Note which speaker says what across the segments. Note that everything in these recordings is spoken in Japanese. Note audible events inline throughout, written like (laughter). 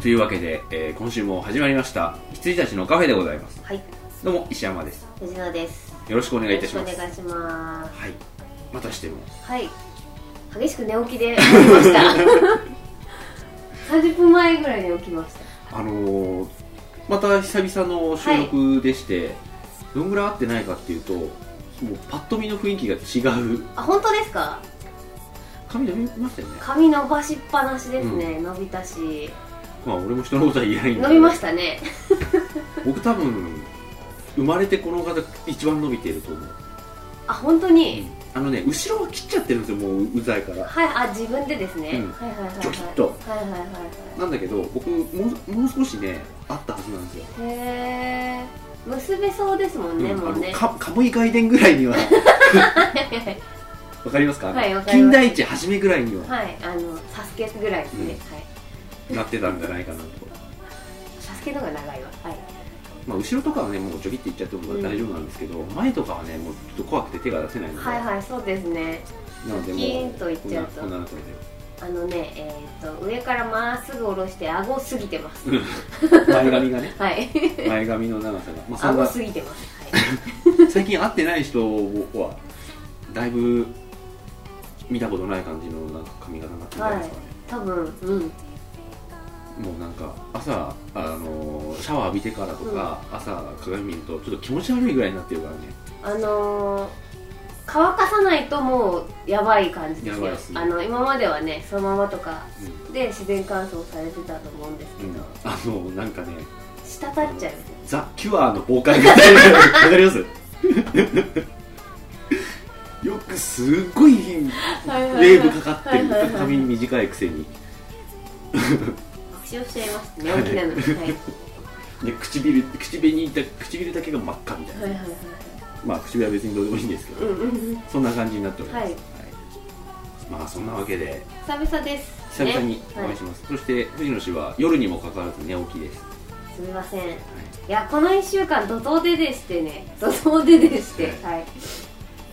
Speaker 1: というわけで、えー今週も始まりました羊たちのカフェでございます
Speaker 2: はい、
Speaker 1: どうも石山です
Speaker 2: 藤野です。
Speaker 1: よろしくお願いいたします
Speaker 2: よろしくお願いしま
Speaker 1: はいまたしても
Speaker 2: す。はい、激しく寝起きで起き
Speaker 1: (laughs)
Speaker 2: ました。三十分前ぐらいに起きました。
Speaker 1: あのーまた久々の収録でして、どんぐらい合ってないかっていうともうパッと見の雰囲気が違う
Speaker 2: あ、本当ですか？
Speaker 1: 髪伸びましたよね
Speaker 2: 髪伸ばしっぱなしですね。伸びたし、
Speaker 1: まあ俺も人のことは言えないんだ
Speaker 2: 伸
Speaker 1: け
Speaker 2: び
Speaker 1: ど
Speaker 2: ましたね。
Speaker 1: 僕多分生まれてこの方一番伸びてると思う
Speaker 2: あ、本当に。
Speaker 1: あのね後ろは切っちゃってるんですよもううざいから
Speaker 2: はい、あ、自分でですね。
Speaker 1: うん
Speaker 2: はいはいはいはい。
Speaker 1: チョキッと
Speaker 2: はいはいは
Speaker 1: なんだけど僕もうもう少しねあったはずなんですよ
Speaker 2: いはい。へー、結べそうですもんね、
Speaker 1: うん
Speaker 2: もう
Speaker 1: あ
Speaker 2: ね
Speaker 1: の。かカムイ外伝ぐらいには (laughs) わかりますか,、
Speaker 2: はいわかり
Speaker 1: 近
Speaker 2: ます
Speaker 1: 代一初めぐらいには
Speaker 2: はい、あのサスケぐらいですね。
Speaker 1: うん
Speaker 2: はい。
Speaker 1: なってたんじゃないかなと、
Speaker 2: サスケの方が長いわ。はい。
Speaker 1: まあ、後ろとかはねもうちょびっていっちゃっても大丈夫なんですけど、前とかはねもうちょっと怖くて手が出せないので、
Speaker 2: はいはい、そうですね。
Speaker 1: なので
Speaker 2: キーンといっ
Speaker 1: こん
Speaker 2: ちゃ
Speaker 1: な
Speaker 2: うと
Speaker 1: こんななってま
Speaker 2: あのね、えー、と上からまっすぐ下ろして顎過ぎてます
Speaker 1: すよ前髪
Speaker 2: (laughs)
Speaker 1: がね (laughs)
Speaker 2: はい
Speaker 1: 前髪の長さが、まあ、そん
Speaker 2: 顎
Speaker 1: な
Speaker 2: 過ぎてます、
Speaker 1: 最近会ってない人はだいぶ見たことない感じのなんか髪型になってるんじゃないですかね、
Speaker 2: 多分うん
Speaker 1: もうなんか朝、あのーシャワー浴びてからとか、朝鏡見るとちょっと気持ち悪いぐらいになってるからね
Speaker 2: あのー、乾かさないともうやばい感じですよ
Speaker 1: やばいっすね
Speaker 2: あの今まではねそのままとか
Speaker 1: う
Speaker 2: で自然乾燥されてたと思うんですけ
Speaker 1: ん、
Speaker 2: ど、
Speaker 1: あのなんかね
Speaker 2: 滴っちゃいます
Speaker 1: ザ・キュアの妨害みたいなわか
Speaker 2: (laughs)
Speaker 1: りますよくすっごいウ
Speaker 2: はいはいはい
Speaker 1: ェーブかかってる
Speaker 2: はいはいはい
Speaker 1: 髪短いくせに
Speaker 2: 爆笑しちゃいますね大きな
Speaker 1: (laughs)
Speaker 2: のにはい
Speaker 1: で唇口紅だ唇だけが真っ赤みたいな、
Speaker 2: はいはいはい
Speaker 1: まあ唇は別にどうでもいいんですけど、
Speaker 2: うんうんうん
Speaker 1: そんな感じになっております、
Speaker 2: はい
Speaker 1: まあそんなわけで
Speaker 2: 久々です、
Speaker 1: 久
Speaker 2: ね、
Speaker 1: 々にお
Speaker 2: は
Speaker 1: 会
Speaker 2: い
Speaker 1: いします、そして藤野氏は夜にもかかわらず寝起きです、
Speaker 2: すみませんいやこの1週間怒涛ででしてね怒涛ででしてはい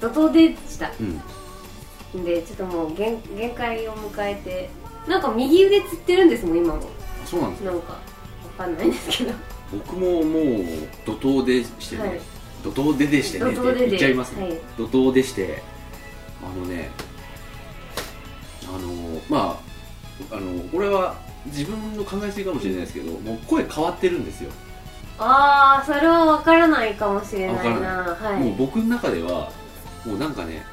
Speaker 2: 怒涛でした
Speaker 1: うん、
Speaker 2: でちょっともう限限界を迎えてなんか右腕つってるんですもん今も
Speaker 1: そうなんですよ
Speaker 2: なんかわかんないんですけど
Speaker 1: 僕ももう怒涛でしてね、
Speaker 2: はい
Speaker 1: 怒涛ででしてねって
Speaker 2: 怒涛でで
Speaker 1: 言っちゃいますね、
Speaker 2: はい
Speaker 1: 怒涛でしてあのねあのまああのこれは自分の考えすぎかもしれないですけどもう声変わってるんですよ、
Speaker 2: ああそれはわからないかもしれないなは
Speaker 1: もう
Speaker 2: い
Speaker 1: 僕の中ではもうなんかね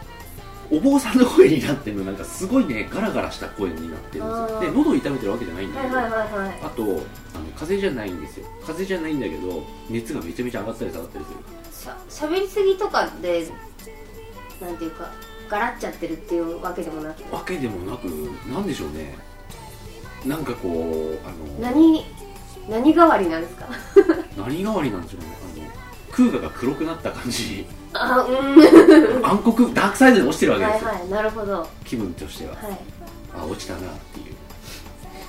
Speaker 1: お坊さんの声になってるのなんかすごいねガラガラした声になってるんです
Speaker 2: あ
Speaker 1: よ
Speaker 2: ー
Speaker 1: で喉痛めてるわけじゃないんだ
Speaker 2: は
Speaker 1: け
Speaker 2: い
Speaker 1: ど、
Speaker 2: はいはいはい
Speaker 1: あとあの風邪じゃないんですよ風邪じゃないんだけど熱がめちゃめちゃ上がったり下がったりする
Speaker 2: しゃしゃべりすぎとかでなんていうかガラっちゃってるっていうわけでもなく
Speaker 1: わけでもなくなんでしょうねなんかこうあの
Speaker 2: 何何代わりなんですか
Speaker 1: 何代わりなんでしょうねあの空河が黒くなった感じ
Speaker 2: あうんは
Speaker 1: 暗黒ダークサイドに落ちてるわ
Speaker 2: い
Speaker 1: けですよ、
Speaker 2: はいなるほどは
Speaker 1: 気分としてはいあ落ちたなっていう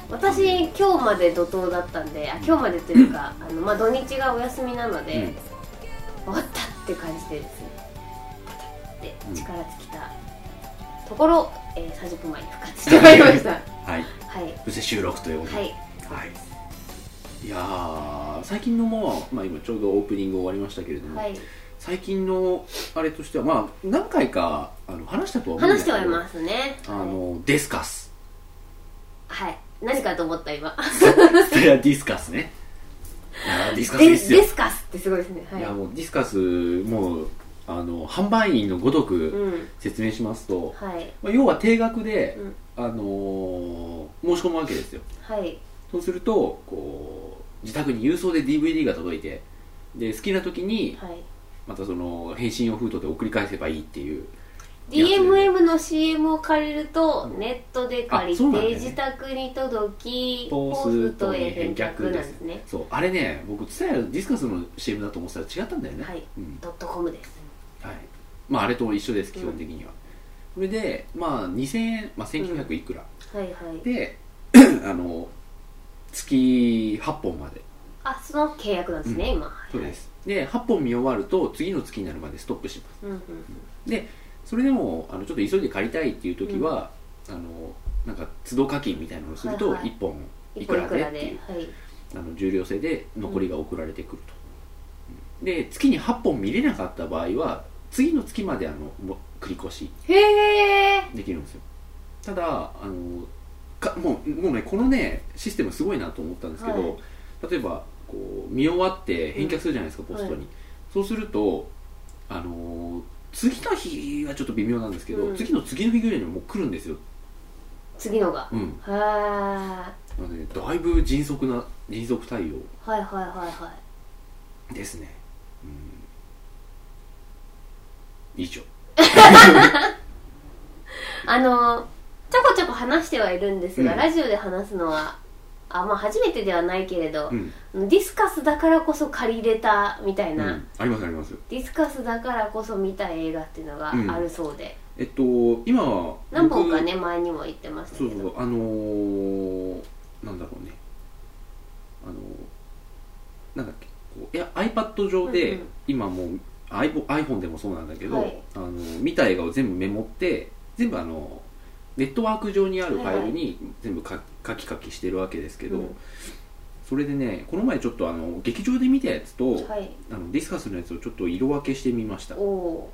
Speaker 2: 私今日まで怒涛だったんであ今日までというか、あのまあ、土日がお休みなので、
Speaker 1: うん
Speaker 2: 終わったって感じでですねパタ
Speaker 1: うん
Speaker 2: ッて力尽きたところ、えー30分前に復活してまいりましたは
Speaker 1: はい
Speaker 2: い
Speaker 1: そして収録ということで
Speaker 2: は
Speaker 1: はい、
Speaker 2: い
Speaker 1: い、やー最近のまあ、まあ、今ちょうどオープニング終わりましたけれども、
Speaker 2: はい
Speaker 1: 最近のあれとしてはまあ何回かあの話したとは思うんだけ
Speaker 2: 話して
Speaker 1: ど
Speaker 2: はいますね
Speaker 1: あのディスカ
Speaker 2: (laughs)
Speaker 1: ス
Speaker 2: はい何かと思った今
Speaker 1: それはディスカスねいやーディスカス
Speaker 2: で
Speaker 1: で
Speaker 2: です
Speaker 1: よ
Speaker 2: すかすってすごいですねはいい
Speaker 1: やもうディスカスもうあの販売員のごとく
Speaker 2: うん
Speaker 1: 説明しますと、
Speaker 2: はい
Speaker 1: まあ、要は定額で、
Speaker 2: うん
Speaker 1: あのー申し込むわけですよ
Speaker 2: はい
Speaker 1: そうするとこう自宅に郵送で DVD が届いてで好きな時に
Speaker 2: はい
Speaker 1: またその返信を封筒で送り返せばいいっていう
Speaker 2: DMM の CM を借りると
Speaker 1: うん
Speaker 2: ネットで借り
Speaker 1: あそ
Speaker 2: て、
Speaker 1: うなんだよね
Speaker 2: 自宅に届き
Speaker 1: ポーストへ返却
Speaker 2: なん
Speaker 1: で
Speaker 2: ですすね
Speaker 1: そうあれね僕ツタヤディスカスの CM だと思ってたら違ったんだよね
Speaker 2: はい
Speaker 1: うん
Speaker 2: ドットコムです
Speaker 1: はい、まああれと一緒です
Speaker 2: うん
Speaker 1: 基本的には、それでまあ2000円、まあ、1900いくら、
Speaker 2: はいはい
Speaker 1: で (coughs) あの月8本まで
Speaker 2: あその契約なんですね、今
Speaker 1: そうですで8本見終わると次の月になるまでストップしま
Speaker 2: うんうん
Speaker 1: すそれでもあのちょっと急いで借りたいっていう時は、あのなんか都度課金みたいなのをすると
Speaker 2: はいはい
Speaker 1: 1本
Speaker 2: いくらいく
Speaker 1: い
Speaker 2: ら
Speaker 1: くら
Speaker 2: で
Speaker 1: ね
Speaker 2: はい
Speaker 1: あの重量制で残りが送られてくると、うんで月に8本見れなかった場合は次の月まであのも繰り越し
Speaker 2: へえ
Speaker 1: できるんですよただあのかもうもうねこのねシステムすごいなと思ったんですけど、
Speaker 2: は
Speaker 1: 例えばこう見終わって返却するじゃないですか、ポ
Speaker 2: ん
Speaker 1: ストに、そうするとあのー次の日はちょっと微妙なんですけど、
Speaker 2: うん
Speaker 1: 次の次の日ぐらいにはもう来るんですよ、
Speaker 2: 次のが
Speaker 1: うん
Speaker 2: は
Speaker 1: なのでだいぶ迅速な迅速対応
Speaker 2: ーはいはいはいはい
Speaker 1: ですね、うん、以上
Speaker 2: あのちょこちょこ話してはいるんですが、
Speaker 1: うん
Speaker 2: ラジオで話すのはあまあ初めてではないけれど
Speaker 1: う、ん、
Speaker 2: ディスカスだからこそ借りれたみたいうな、
Speaker 1: ん、ありますあります
Speaker 2: ディスカスだからこそ見た映画っていうのがあるそうで、
Speaker 1: えっと今は
Speaker 2: 何本
Speaker 1: 僕
Speaker 2: かね前にも言ってましたけ
Speaker 1: そう
Speaker 2: ど
Speaker 1: そうそうあのー、なんだろうねあのー、なんだっけこういや iPad 上で、
Speaker 2: うんうん
Speaker 1: 今もう iPhone, iPhone でもそうなんだけど、
Speaker 2: はい
Speaker 1: あのー見た映画を全部メモって全部あのーネットワーク上にあるファイルに全部かカキカキしてるわけですけど、
Speaker 2: うん
Speaker 1: それでねこの前ちょっとあの劇場で見たやつと、
Speaker 2: はい
Speaker 1: あのディスカスのやつをちょっと色分けしてみました
Speaker 2: お
Speaker 1: そ
Speaker 2: お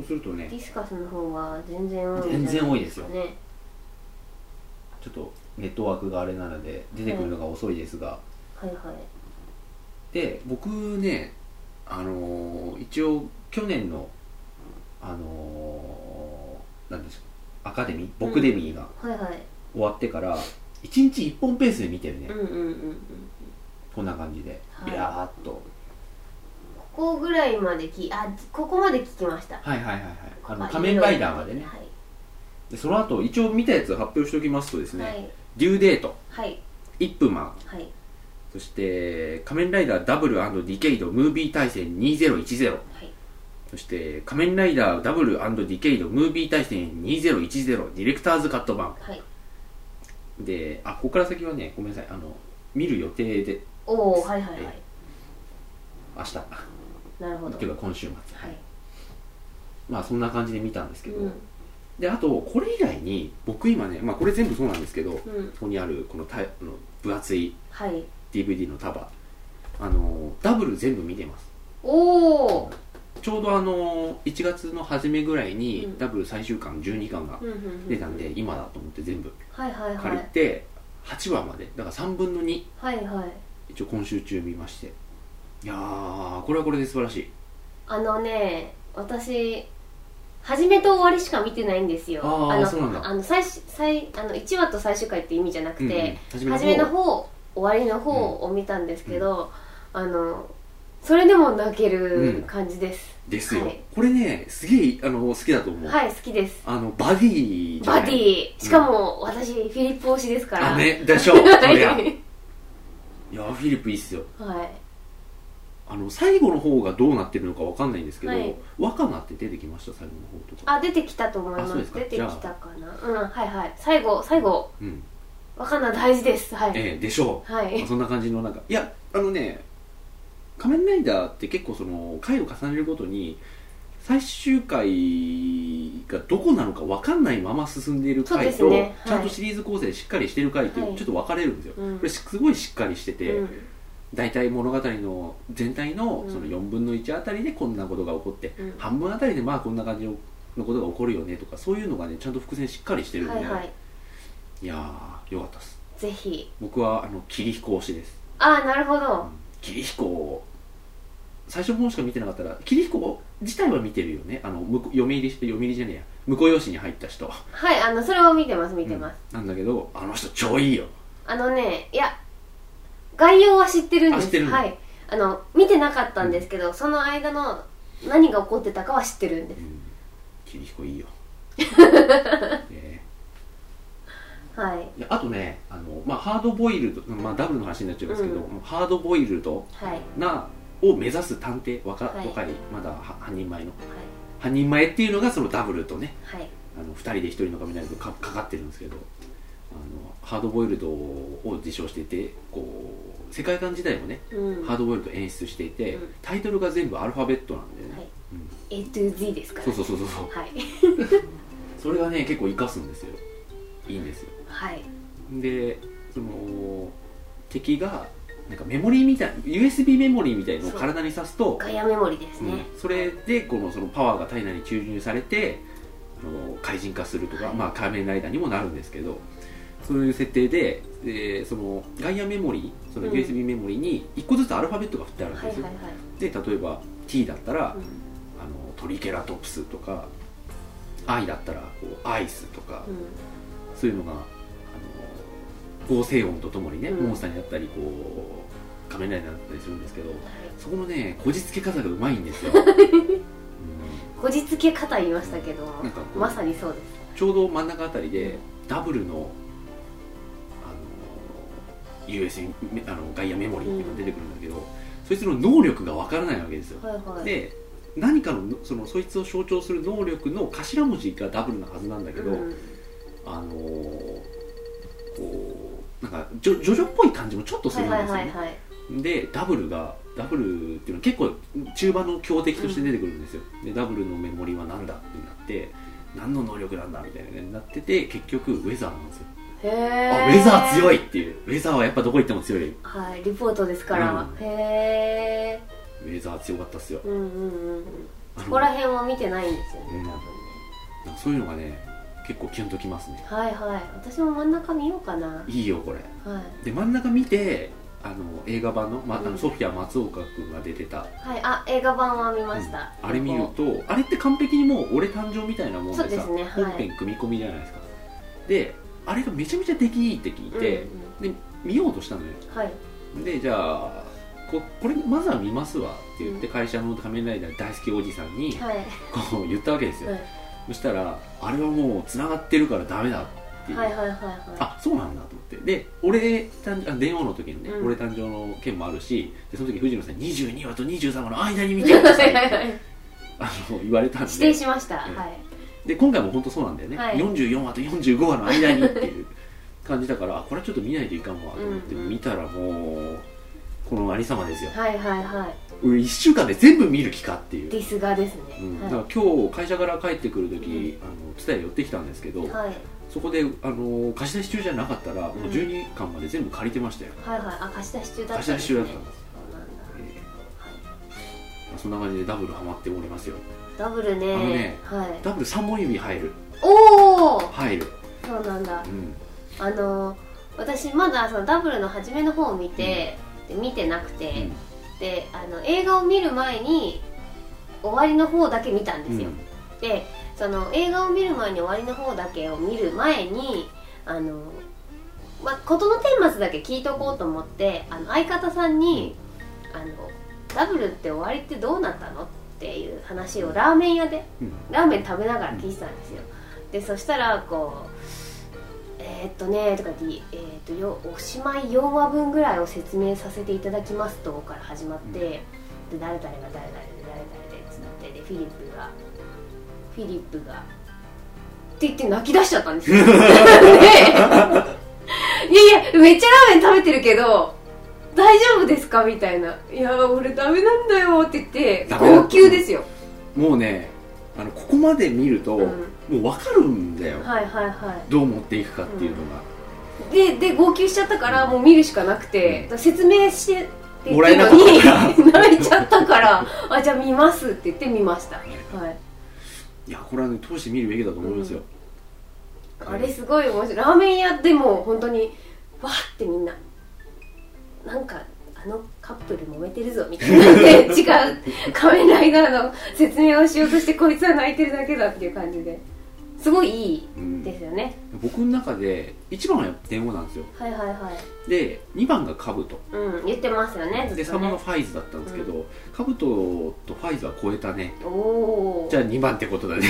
Speaker 1: うすると
Speaker 2: ー
Speaker 1: ね
Speaker 2: ディスカスの方が全然多いん
Speaker 1: 全
Speaker 2: じゃ
Speaker 1: 然
Speaker 2: な
Speaker 1: 多いですよ
Speaker 2: ね
Speaker 1: ちょっとネットワークがあれなので出てくるのが遅いですが、
Speaker 2: はいはい
Speaker 1: で僕ねあのー一応去年のあのー、なんでしょうアカデミー僕デミーが
Speaker 2: はいはい
Speaker 1: 終わってから1日1本ペースで見てるね、
Speaker 2: うんうんうんうん
Speaker 1: こんな感じで
Speaker 2: はい
Speaker 1: ビラーっと、
Speaker 2: ここぐらいまできあここまで聞きました
Speaker 1: はい、はいはいはいあの仮面ライダーまでね
Speaker 2: はい
Speaker 1: でその後一応見たやつ発表しておきますとですね、
Speaker 2: はい
Speaker 1: デューデート
Speaker 2: はい
Speaker 1: イップマン
Speaker 2: はい
Speaker 1: そして仮面ライダーダブルディケイドムービー対戦2010
Speaker 2: はい
Speaker 1: そして、仮面ライダーダブルディケイドムービー対戦2010ディレクターズカット版。
Speaker 2: はい
Speaker 1: で、あ、ここから先はね、ごめんなさい、あの、見る予定で、
Speaker 2: おおはいはいはい
Speaker 1: 明日、
Speaker 2: なるほど
Speaker 1: っていうか今週末。
Speaker 2: はい
Speaker 1: まあ、そんな感じで見たんですけど、
Speaker 2: うん
Speaker 1: で、あと、これ以外に、僕今ね、まあ、これ全部そうなんですけど、こ
Speaker 2: うん
Speaker 1: こにある、このタイあの分厚い
Speaker 2: はい
Speaker 1: DVD の束、あの、ダブル全部見てます。
Speaker 2: おお
Speaker 1: ちょうどあの、1月の初めぐらいに、
Speaker 2: うん
Speaker 1: ダブル最終巻12巻が
Speaker 2: うんうんうん
Speaker 1: 出たんで、今だと思って全部
Speaker 2: はいはいは
Speaker 1: 借
Speaker 2: い
Speaker 1: りて8話までだから3分の2
Speaker 2: はいはい
Speaker 1: 一応今週中見ましていやーこれはこれで素晴らしい
Speaker 2: あのね私初めと終わりしか見てないんですよ
Speaker 1: あー
Speaker 2: の
Speaker 1: そうなんだ
Speaker 2: あの最終最あの1話と最終回って意味じゃなくて、
Speaker 1: うんうん
Speaker 2: 初
Speaker 1: 初
Speaker 2: め
Speaker 1: め
Speaker 2: の
Speaker 1: の
Speaker 2: 方終わりの方を見たんですけど、あのそれでも泣ける感じです、
Speaker 1: ですよ、
Speaker 2: はい
Speaker 1: これねすげえあの好きだと思う、
Speaker 2: はい好きです
Speaker 1: あのバディじゃな
Speaker 2: バ
Speaker 1: い
Speaker 2: ディしかも私、フィリップ推しですから
Speaker 1: あねでし
Speaker 2: (laughs)
Speaker 1: ょそ
Speaker 2: はい
Speaker 1: りゃいやーフィリップいいっすよ
Speaker 2: はい
Speaker 1: あの最後の方がどうなってるのかわかんないんですけど、
Speaker 2: はい
Speaker 1: 若菜って出てきました最後の方とか
Speaker 2: あ出てきたと思いま
Speaker 1: あ
Speaker 2: す
Speaker 1: そうですか
Speaker 2: 出てきたかなうんはいはい最後最後
Speaker 1: うん
Speaker 2: 若菜大事ですはい、
Speaker 1: ええでしょ
Speaker 2: は
Speaker 1: う、まあ
Speaker 2: い
Speaker 1: そんな感じのなんかいやあのね仮面ライダーって結構その回を重ねるごとに最終回がどこなのか分かんないまま進んでいる回
Speaker 2: そ
Speaker 1: と、
Speaker 2: うですねはい
Speaker 1: ちゃんとシリーズ構成しっかりしてる回って
Speaker 2: はい
Speaker 1: ちょっと分かれるんですよ、
Speaker 2: うん
Speaker 1: これすごいしっかりしてて、
Speaker 2: うん
Speaker 1: 大体物語の全体の
Speaker 2: うん
Speaker 1: その4分の1あたりでこんなことが起こって、
Speaker 2: うん
Speaker 1: 半分あたりでまあこんな感じのことが起こるよねとかそういうのがねちゃんと伏線しっかりしてるんで、
Speaker 2: はい
Speaker 1: い
Speaker 2: はい
Speaker 1: やーよかったです
Speaker 2: ぜひ
Speaker 1: 僕はあの霧彦推しです
Speaker 2: ああなるほど
Speaker 1: 桐彦を最初の方しか見てなかったら桐彦自体は見てるよねあの向こ読売り読売りじゃねえや婿養子に入った人
Speaker 2: はいあのそれは見てます見てます、
Speaker 1: うんなんだけどあの人超いいよ
Speaker 2: あのねいや概要は知ってるんで
Speaker 1: あ知って
Speaker 2: す
Speaker 1: るの
Speaker 2: はいあの見てなかったんですけど、その間の何が起こってたかは知ってるんで
Speaker 1: 桐彦
Speaker 2: (laughs)
Speaker 1: いいよね
Speaker 2: すはい
Speaker 1: であとねあの、まあ、ハードボイルド、まあ、ダブルの話になっちゃいますけど、
Speaker 2: うん
Speaker 1: もうハードボイルド
Speaker 2: はいはい
Speaker 1: なを目指す探偵若,、
Speaker 2: はい
Speaker 1: 若いまだは半人前の半人前っていうのがそのダブルとね
Speaker 2: はい
Speaker 1: あの2人で1人の髪の毛かかかってるんですけどあのハードボイルドを自称していてこう世界観自体もね、
Speaker 2: うん
Speaker 1: ハードボイルド演出していて、
Speaker 2: うん
Speaker 1: タイトルが全部アルファベットなんでね、
Speaker 2: はい
Speaker 1: うん、
Speaker 2: A to Z ですから
Speaker 1: そうそうそうそうそう
Speaker 2: はい
Speaker 1: それがね結構生かすんですよいいんですよ
Speaker 2: はい
Speaker 1: でその敵がなんかメモリーみたい USB メモリーみたいのを体に刺すと
Speaker 2: ガイアメモリですね、
Speaker 1: うんそれでこのそのパワーが体内に注入されてあの怪人化するとか、
Speaker 2: はい
Speaker 1: まあ、仮面ライダーにもなるんですけどそういう設定で、でそのガイアメモリーその
Speaker 2: うん
Speaker 1: USB メモリーに1個ずつアルファベットが振ってあるん
Speaker 2: はい
Speaker 1: です
Speaker 2: はい
Speaker 1: よ、
Speaker 2: はい、
Speaker 1: で例えば T だったら、
Speaker 2: うん
Speaker 1: あのトリケラトプスとか I だったらこうアイスとか、
Speaker 2: うん
Speaker 1: そういうのがあの合成音とともにね、
Speaker 2: うん
Speaker 1: モンスターになったりこう仮面ライダーになったりするんですけど
Speaker 2: はい
Speaker 1: そこのねこじつけ方がうまいん
Speaker 2: (laughs)
Speaker 1: ですよ、うん
Speaker 2: こじつけ方言いましたけど
Speaker 1: なんかこう
Speaker 2: まさにそうです
Speaker 1: ちょうど真ん中あたりでダブルのあの US あのガイアメモリーっていうのが出てくるんだけど、そいつの能力がわからないわけですよ
Speaker 2: はいはい
Speaker 1: で何かのそのそいつを象徴する能力の頭文字がダブルなはずなんだけど、
Speaker 2: うん
Speaker 1: あのーこうなんかジョジョジョっぽい感じもちょっとす
Speaker 2: は
Speaker 1: る
Speaker 2: い
Speaker 1: んです
Speaker 2: は
Speaker 1: よ
Speaker 2: い
Speaker 1: ね、
Speaker 2: はいはい
Speaker 1: でダブルがダブルっていうのは結構中盤の強敵として出てくるんですよ、でダブルのメモリは何だってなって何の能力なんだみたいなねなってて結局ウェザーなんですよ、
Speaker 2: へ
Speaker 1: あウ
Speaker 2: え
Speaker 1: ェザー強
Speaker 2: い
Speaker 1: いっていうウェザーはやっぱどこ行っても強いウ
Speaker 2: はいリポートですから、
Speaker 1: うん
Speaker 2: へえ
Speaker 1: ェザー強かったっすよ
Speaker 2: うんうんうんうん
Speaker 1: あの
Speaker 2: そこら辺は見てないんですよね、
Speaker 1: うん
Speaker 2: 多分ね
Speaker 1: なんかそういうのがね結構キュンときますね
Speaker 2: はいはい私も真ん中見ようかなはい
Speaker 1: いいよこれで真ん中見てあの映画版の,、ま、あ
Speaker 2: う
Speaker 1: の
Speaker 2: ん
Speaker 1: ソフィア松岡君が出てた
Speaker 2: い、はい、あ映画版は見ました、
Speaker 1: あれ見るとあれって完璧にもう俺誕生みたいなもん
Speaker 2: そう
Speaker 1: で
Speaker 2: で
Speaker 1: さ
Speaker 2: すねは
Speaker 1: 本
Speaker 2: い
Speaker 1: 編組み込みじゃないですかであれがめちゃめちゃ出来いいって聞いて、
Speaker 2: うんうん
Speaker 1: 見ようとしたのよ
Speaker 2: はい
Speaker 1: でじゃあここれまずは見ますわって言って会社の仮面ライダー大好きおじさんに
Speaker 2: はい
Speaker 1: こう言ったわけですよ、
Speaker 2: はい
Speaker 1: そしたらあれはもうつながってるからダメだって言って、
Speaker 2: はいはいはいは
Speaker 1: あそうなんだと思ってで俺誕あ電話の時のね、
Speaker 2: うん
Speaker 1: 俺誕生の件もあるしでその時藤野さん22話と23話の間に見
Speaker 2: い
Speaker 1: てくださいっ
Speaker 2: はいは
Speaker 1: て
Speaker 2: い
Speaker 1: あの言われたんで
Speaker 2: 指定しました、
Speaker 1: うん
Speaker 2: はい
Speaker 1: で今回も本当そうなんだよね、
Speaker 2: はい
Speaker 1: 44話と45話の間にっていう感じだからあこれはちょっと見ないといかんわと思って
Speaker 2: うんうん
Speaker 1: 見たらもうこのありさまですよ
Speaker 2: はいはいはい
Speaker 1: 1週間で全部見る気かっていう、
Speaker 2: ですがですね、
Speaker 1: うんだ
Speaker 2: は
Speaker 1: か
Speaker 2: い
Speaker 1: ら今日会社から帰ってくる時、あのツタヤ寄ってきたんですけど、
Speaker 2: はい
Speaker 1: そこであの貸し出し中じゃなかったらもう12巻まで全部借りてましたよ、
Speaker 2: はいはいあ貸し出し中だったん
Speaker 1: 貸し出し中だったんで
Speaker 2: そうなんだ、
Speaker 1: え
Speaker 2: は
Speaker 1: ーそんな感じでダブルハマっておりますよ
Speaker 2: い、ダブルね
Speaker 1: あのね
Speaker 2: はい、
Speaker 1: ダブル3本指入る
Speaker 2: おお
Speaker 1: 入る、
Speaker 2: そうなんだ
Speaker 1: うん
Speaker 2: あの私まだそのダブルの初めの方を見て、で見てなくて、
Speaker 1: うん
Speaker 2: であの映画を見る前に終わりの方だけ見たんですよ、でその映画を見る前に終わりの方だけを見る前にあの、まあ、事の顛末だけ聞いとこうと思ってあの相方さんに、あの「ダブルって終わりってどうなったの?」っていう話をラーメン屋で
Speaker 1: うんうん
Speaker 2: ラーメン食べながら聞いてたんですよでそしたらこう「えー、っとね」とかって、えーっとよおしまい4話分ぐらいを説明させていただきますと」から始まって、
Speaker 1: うん
Speaker 2: で誰々が誰々で誰々でつってでフィリップがフィリップがって言って泣き出しちゃったんです
Speaker 1: (laughs)
Speaker 2: よでいやいやめっちゃラーメン食べてるけど大丈夫ですかみたいな「いや俺ダメなんだよ」って言って
Speaker 1: ダメだ
Speaker 2: 号泣ですよ、
Speaker 1: もうねあのここまで見ると、
Speaker 2: うん
Speaker 1: もう分かるんだよ、
Speaker 2: はいはいはい
Speaker 1: どう持っていくかっていうのが、
Speaker 2: でで号泣しちゃったからもう見るしかなくて、説明してって言
Speaker 1: もら
Speaker 2: っ
Speaker 1: え
Speaker 2: た
Speaker 1: な
Speaker 2: の
Speaker 1: か
Speaker 2: に
Speaker 1: っ
Speaker 2: (laughs)
Speaker 1: た
Speaker 2: 泣いちゃったからあじゃあ見ますって言って見ました、はい、
Speaker 1: いやこれはね通して見るべきだと思いますよ、
Speaker 2: あれすごい面白いラーメン屋でも本当にわーってみんななんかあのカップル揉めてるぞみたいな
Speaker 1: (laughs)
Speaker 2: で違う仮面ライダーの説明をしようとしてこいつは泣いてるだけだっていう感じですごいいい
Speaker 1: うん
Speaker 2: ですよね、
Speaker 1: 僕の中で1番はやっぱ電話なんですよ
Speaker 2: はいはいはい
Speaker 1: で2番がカブト
Speaker 2: うん言ってますよねず
Speaker 1: で
Speaker 2: っ
Speaker 1: 3
Speaker 2: と
Speaker 1: 番が
Speaker 2: ね
Speaker 1: ファイズだったんですけど、カブトとファイズは超えたね
Speaker 2: おおー
Speaker 1: じゃあ2番ってことだ
Speaker 2: (laughs)
Speaker 1: ね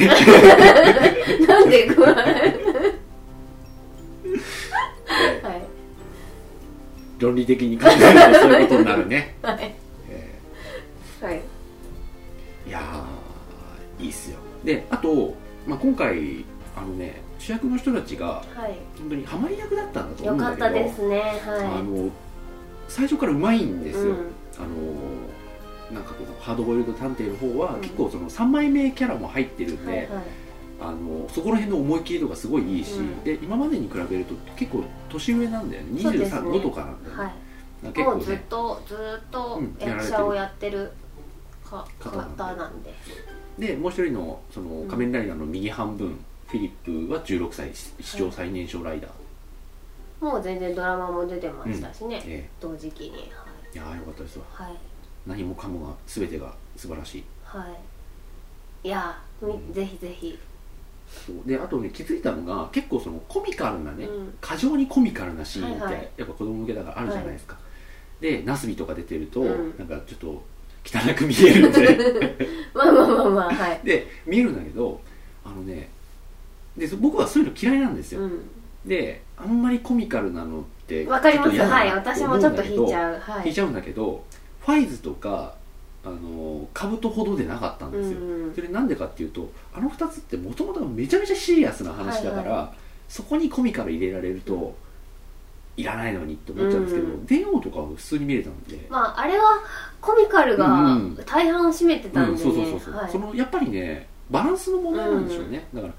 Speaker 2: なんでごめん
Speaker 1: えー
Speaker 2: はい
Speaker 1: 論理的に考えるとそういうことになるね、
Speaker 2: (laughs) はい
Speaker 1: え
Speaker 2: はい
Speaker 1: ーいやーいいっすよであと、まあ、今回あのね主役の人たちが
Speaker 2: はい
Speaker 1: 本当にハマり役だったんだと思う
Speaker 2: よ
Speaker 1: んだ
Speaker 2: か
Speaker 1: け
Speaker 2: っ
Speaker 1: ど
Speaker 2: たですねはい
Speaker 1: あの最初からうまいんですよ、
Speaker 2: うん
Speaker 1: あのなんかこのハードボイルド探偵の方は
Speaker 2: うん
Speaker 1: 結構その3枚目キャラも入ってるんで、
Speaker 2: はいはい
Speaker 1: あのそこら辺の思い切りとかすごいいいし、
Speaker 2: うん
Speaker 1: で今までに比べると結構年上なんだよね
Speaker 2: そうですね
Speaker 1: 23、5とかなんだよね、
Speaker 2: はい
Speaker 1: だから
Speaker 2: もう
Speaker 1: 結構
Speaker 2: ずっ
Speaker 1: ね
Speaker 2: とずっと
Speaker 1: うんやられて
Speaker 2: 役
Speaker 1: る
Speaker 2: 者をやってるか
Speaker 1: 方なんで
Speaker 2: 方なんで
Speaker 1: でもう一人のその
Speaker 2: ん
Speaker 1: 仮面ライダーの右半分、フィリップは16歳し史上最年少ライダー、
Speaker 2: もう全然ドラマも出てましたしね、
Speaker 1: え
Speaker 2: 同時期に
Speaker 1: えいやーよかったですわ
Speaker 2: はい
Speaker 1: 何もかもが全てが素晴らしい
Speaker 2: はい、はい、いやーみ
Speaker 1: うん
Speaker 2: ぜひぜひ、
Speaker 1: そうであとね気づいたのが結構そのコミカルなね、
Speaker 2: うん
Speaker 1: 過剰にコミカルなシーンって、
Speaker 2: はいはい
Speaker 1: やっぱ子供向けだからあるじゃないですか、でナスビとか出てると、
Speaker 2: うん
Speaker 1: なんかちょっと汚く見えるんで
Speaker 2: (laughs)
Speaker 1: (laughs)
Speaker 2: まあまあまあまあはい
Speaker 1: で見えるんだけどあのねでそ僕はそういうの嫌いなんですよ、
Speaker 2: う
Speaker 1: であんまりコミカルなのって
Speaker 2: ん、わかりま
Speaker 1: ち
Speaker 2: す
Speaker 1: ょっと嫌だ
Speaker 2: はい
Speaker 1: な
Speaker 2: 私
Speaker 1: 思
Speaker 2: も
Speaker 1: うん
Speaker 2: ちょ
Speaker 1: だ
Speaker 2: っと
Speaker 1: け
Speaker 2: 引
Speaker 1: ど
Speaker 2: いちゃうは
Speaker 1: 引い
Speaker 2: い
Speaker 1: ちゃうんだけどファイズとかあの兜ほどでなかったん
Speaker 2: う
Speaker 1: ですよ、
Speaker 2: ん
Speaker 1: それなんでかっていうとあの2つってもともとめちゃめちゃシリアスな話だから、
Speaker 2: はいは
Speaker 1: そこにコミカル入れられるといらないのにって思っちゃうんですけ
Speaker 2: う
Speaker 1: ど電王とかは普通に見れたんで、
Speaker 2: まああれはコミカルが
Speaker 1: うん
Speaker 2: 大半を占めてた
Speaker 1: うんん
Speaker 2: で
Speaker 1: そうそう
Speaker 2: ね
Speaker 1: そうそう、
Speaker 2: はい
Speaker 1: そのやっぱりねバランスの問題なんでしょうね、だから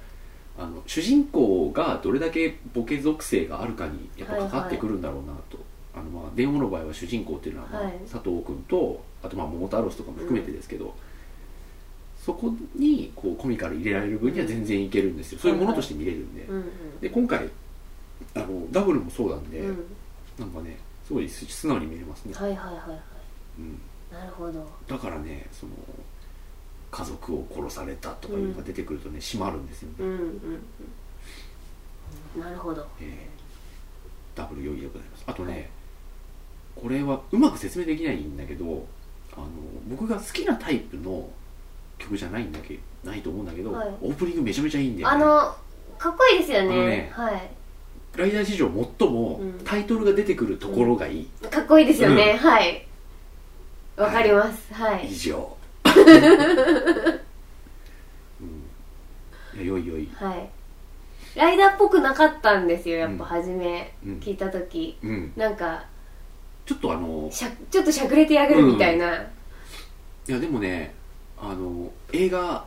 Speaker 1: あの主人公がどれだけボケ属性があるかにやっぱかかってくるんだろうなと、あのまあ電話の場合は主人公っていうのは、まあ
Speaker 2: はい
Speaker 1: 佐藤君とあとまあ桃太郎氏とかも含めてですけど、そこにこうコミカル入れられる分には全然いけるんですよ、そういうものとして見れるんで、
Speaker 2: うん
Speaker 1: で今回あのダブルもそうなんで、
Speaker 2: うんうん
Speaker 1: なんかねすごい素素直に見れますね、
Speaker 2: はいはいはいはい
Speaker 1: うん
Speaker 2: なるほど
Speaker 1: だからねその家族を殺されたとかいうのが出てくるとね、閉まるんですよね、
Speaker 2: うんうんうんなるほど
Speaker 1: えーダブル容疑でございますあとね、
Speaker 2: はい
Speaker 1: これはうまく説明できないんだけどあの僕が好きなタイプの曲じゃないんだけないと思うんだけど、
Speaker 2: はい
Speaker 1: オープニングめちゃめちゃいいんだよ、
Speaker 2: あ
Speaker 1: ね、
Speaker 2: のかっこいいですよ
Speaker 1: あの
Speaker 2: ね
Speaker 1: ね
Speaker 2: はい
Speaker 1: ライダー史上最も
Speaker 2: うん
Speaker 1: タイトルが出てくるところがいい、
Speaker 2: かっこいいですよね、はいわかりますはい、
Speaker 1: 以
Speaker 2: (laughs)
Speaker 1: 上、うん、いやよいよい、
Speaker 2: はいライダーっぽくなかったんですよやっぱ
Speaker 1: うん
Speaker 2: 初め
Speaker 1: うん
Speaker 2: 聞いた時、
Speaker 1: うん、
Speaker 2: なんか
Speaker 1: ちょっとあの
Speaker 2: しゃちょっとしゃくれてやがるみたいな、
Speaker 1: いやでもねあの映画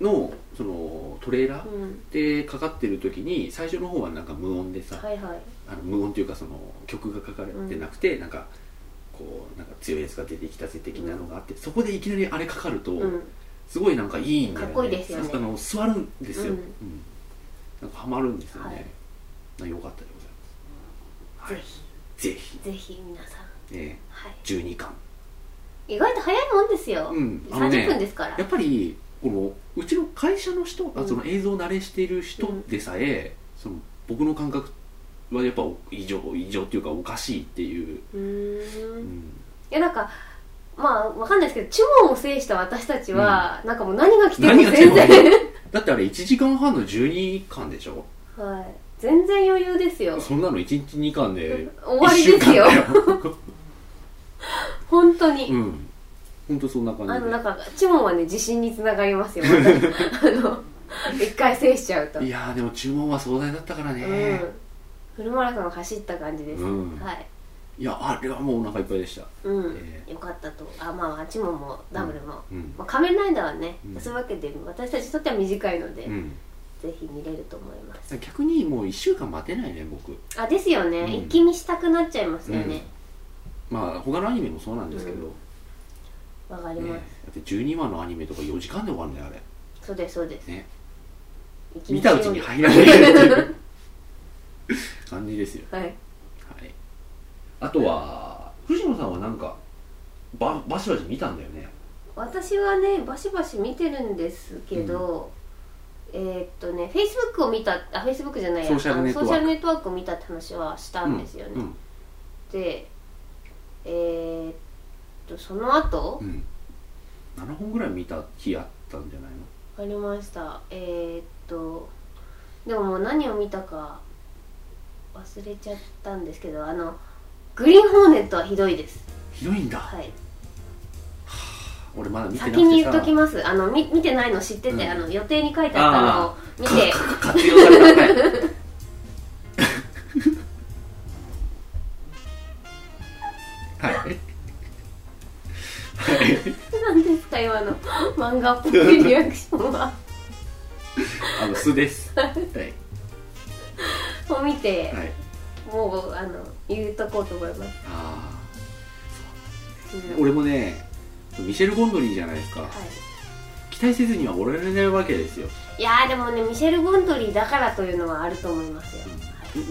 Speaker 1: のそのトレーラー
Speaker 2: うん
Speaker 1: でかかってる時に最初の方はなんか無音でさ、
Speaker 2: はいはい
Speaker 1: あの無音というかその曲がかかってなくて、なんかこうなんか強いやつが出てきたぜ的なのがあって、そこでいきなりあれかかると、
Speaker 2: うん
Speaker 1: すごいなんかいいんだよね
Speaker 2: かっこいいですよね
Speaker 1: あの座るんですよ、う
Speaker 2: う
Speaker 1: んんなんかハマるんですよね、
Speaker 2: はい
Speaker 1: なよかったでございます、
Speaker 2: ぜ
Speaker 1: はい、ぜひ、
Speaker 2: ひぜひ皆さん
Speaker 1: ね、
Speaker 2: は
Speaker 1: 12巻
Speaker 2: い意外と早いもんですよ、
Speaker 1: うんあのね
Speaker 2: 30分ですから
Speaker 1: やっぱりこのうちの会社の人、あ
Speaker 2: うん
Speaker 1: その映像慣れしている人でさえ、その僕の感覚はやっぱ異常異常っていうかおかしいっていう、
Speaker 2: うー
Speaker 1: うん
Speaker 2: い
Speaker 1: ん
Speaker 2: やなんかまあわかんないですけど注文を制した私たちは、なんかもう何が来て
Speaker 1: 何
Speaker 2: も
Speaker 1: が
Speaker 2: 全然
Speaker 1: だってあれ1時間半の12巻でしょ
Speaker 2: はい全然余裕ですよ
Speaker 1: そんなの1日2巻で
Speaker 2: (laughs) 終わりですよ
Speaker 1: 一週間だよ
Speaker 2: 本当に、
Speaker 1: うん本当そんな
Speaker 2: あ
Speaker 1: 感
Speaker 2: の
Speaker 1: じ
Speaker 2: なんかチモンはね自信につなが
Speaker 1: (laughs)
Speaker 2: りますよ、またあの一回制しちゃうと、
Speaker 1: でいやーでも注文は壮大だったからね、
Speaker 2: うんフルマラソンを走った感じです、
Speaker 1: うん
Speaker 2: はい、
Speaker 1: いやあれはもうお腹いっぱいでした
Speaker 2: うん
Speaker 1: え
Speaker 2: よかったとあまあチモンもダブルも、
Speaker 1: うん
Speaker 2: まあ、仮面ライダーはね、
Speaker 1: うん
Speaker 2: そういうわけで私たちにとっては短いので、
Speaker 1: うん
Speaker 2: ぜひ見れると思います
Speaker 1: 逆にもう1週間待てないね僕
Speaker 2: あですよね、
Speaker 1: うん
Speaker 2: 一気見したくなっちゃいますよね
Speaker 1: まあ他のアニメもそうなんですけど、
Speaker 2: うわ、かり
Speaker 1: ね
Speaker 2: ます、
Speaker 1: だって12話のアニメとか4時間で終わるんだよあれ
Speaker 2: そうですそうです、
Speaker 1: ね
Speaker 2: 一気
Speaker 1: 見
Speaker 2: 見しよ
Speaker 1: たうちに入られるっていう感じですよ
Speaker 2: はい
Speaker 1: はいあとは藤野さんはなんかババシバシ見たんだよね
Speaker 2: 私はねバシバシ見てるんですけど、えーっとねフェイスブックを見たあフェイスブックじゃないや
Speaker 1: ソーシャルネットワーク
Speaker 2: あのソーシャルネットワークを見たって話はしたんですよね、
Speaker 1: うん
Speaker 2: でえーっとその後、
Speaker 1: うん、7本ぐらい見た日あったんじゃないの
Speaker 2: わかりましたえー、っとでももう何を見たか忘れちゃったんですけどあのグリーンホーネットはひどいです
Speaker 1: ひどいんだ、
Speaker 2: はい
Speaker 1: 俺まだ見てなくてさ
Speaker 2: 先に言っときますあのみ見てないの知ってて、
Speaker 1: うん
Speaker 2: あの予定に書いてあったのを見て
Speaker 1: かか活用されたかいはいはい
Speaker 2: 何ですか今の漫画っぽいリアクションは
Speaker 1: あの素ですはい
Speaker 2: (laughs) を見て、
Speaker 1: はい
Speaker 2: もうあの言うとこうと思います、
Speaker 1: あ
Speaker 2: うん
Speaker 1: あ俺もねミシェル・ゴンドリーじゃないですか、
Speaker 2: はい
Speaker 1: 期待せずにはおられないわけですよ
Speaker 2: いやーでもねミシェル・ゴンドリーだからというのはあると思いますよ、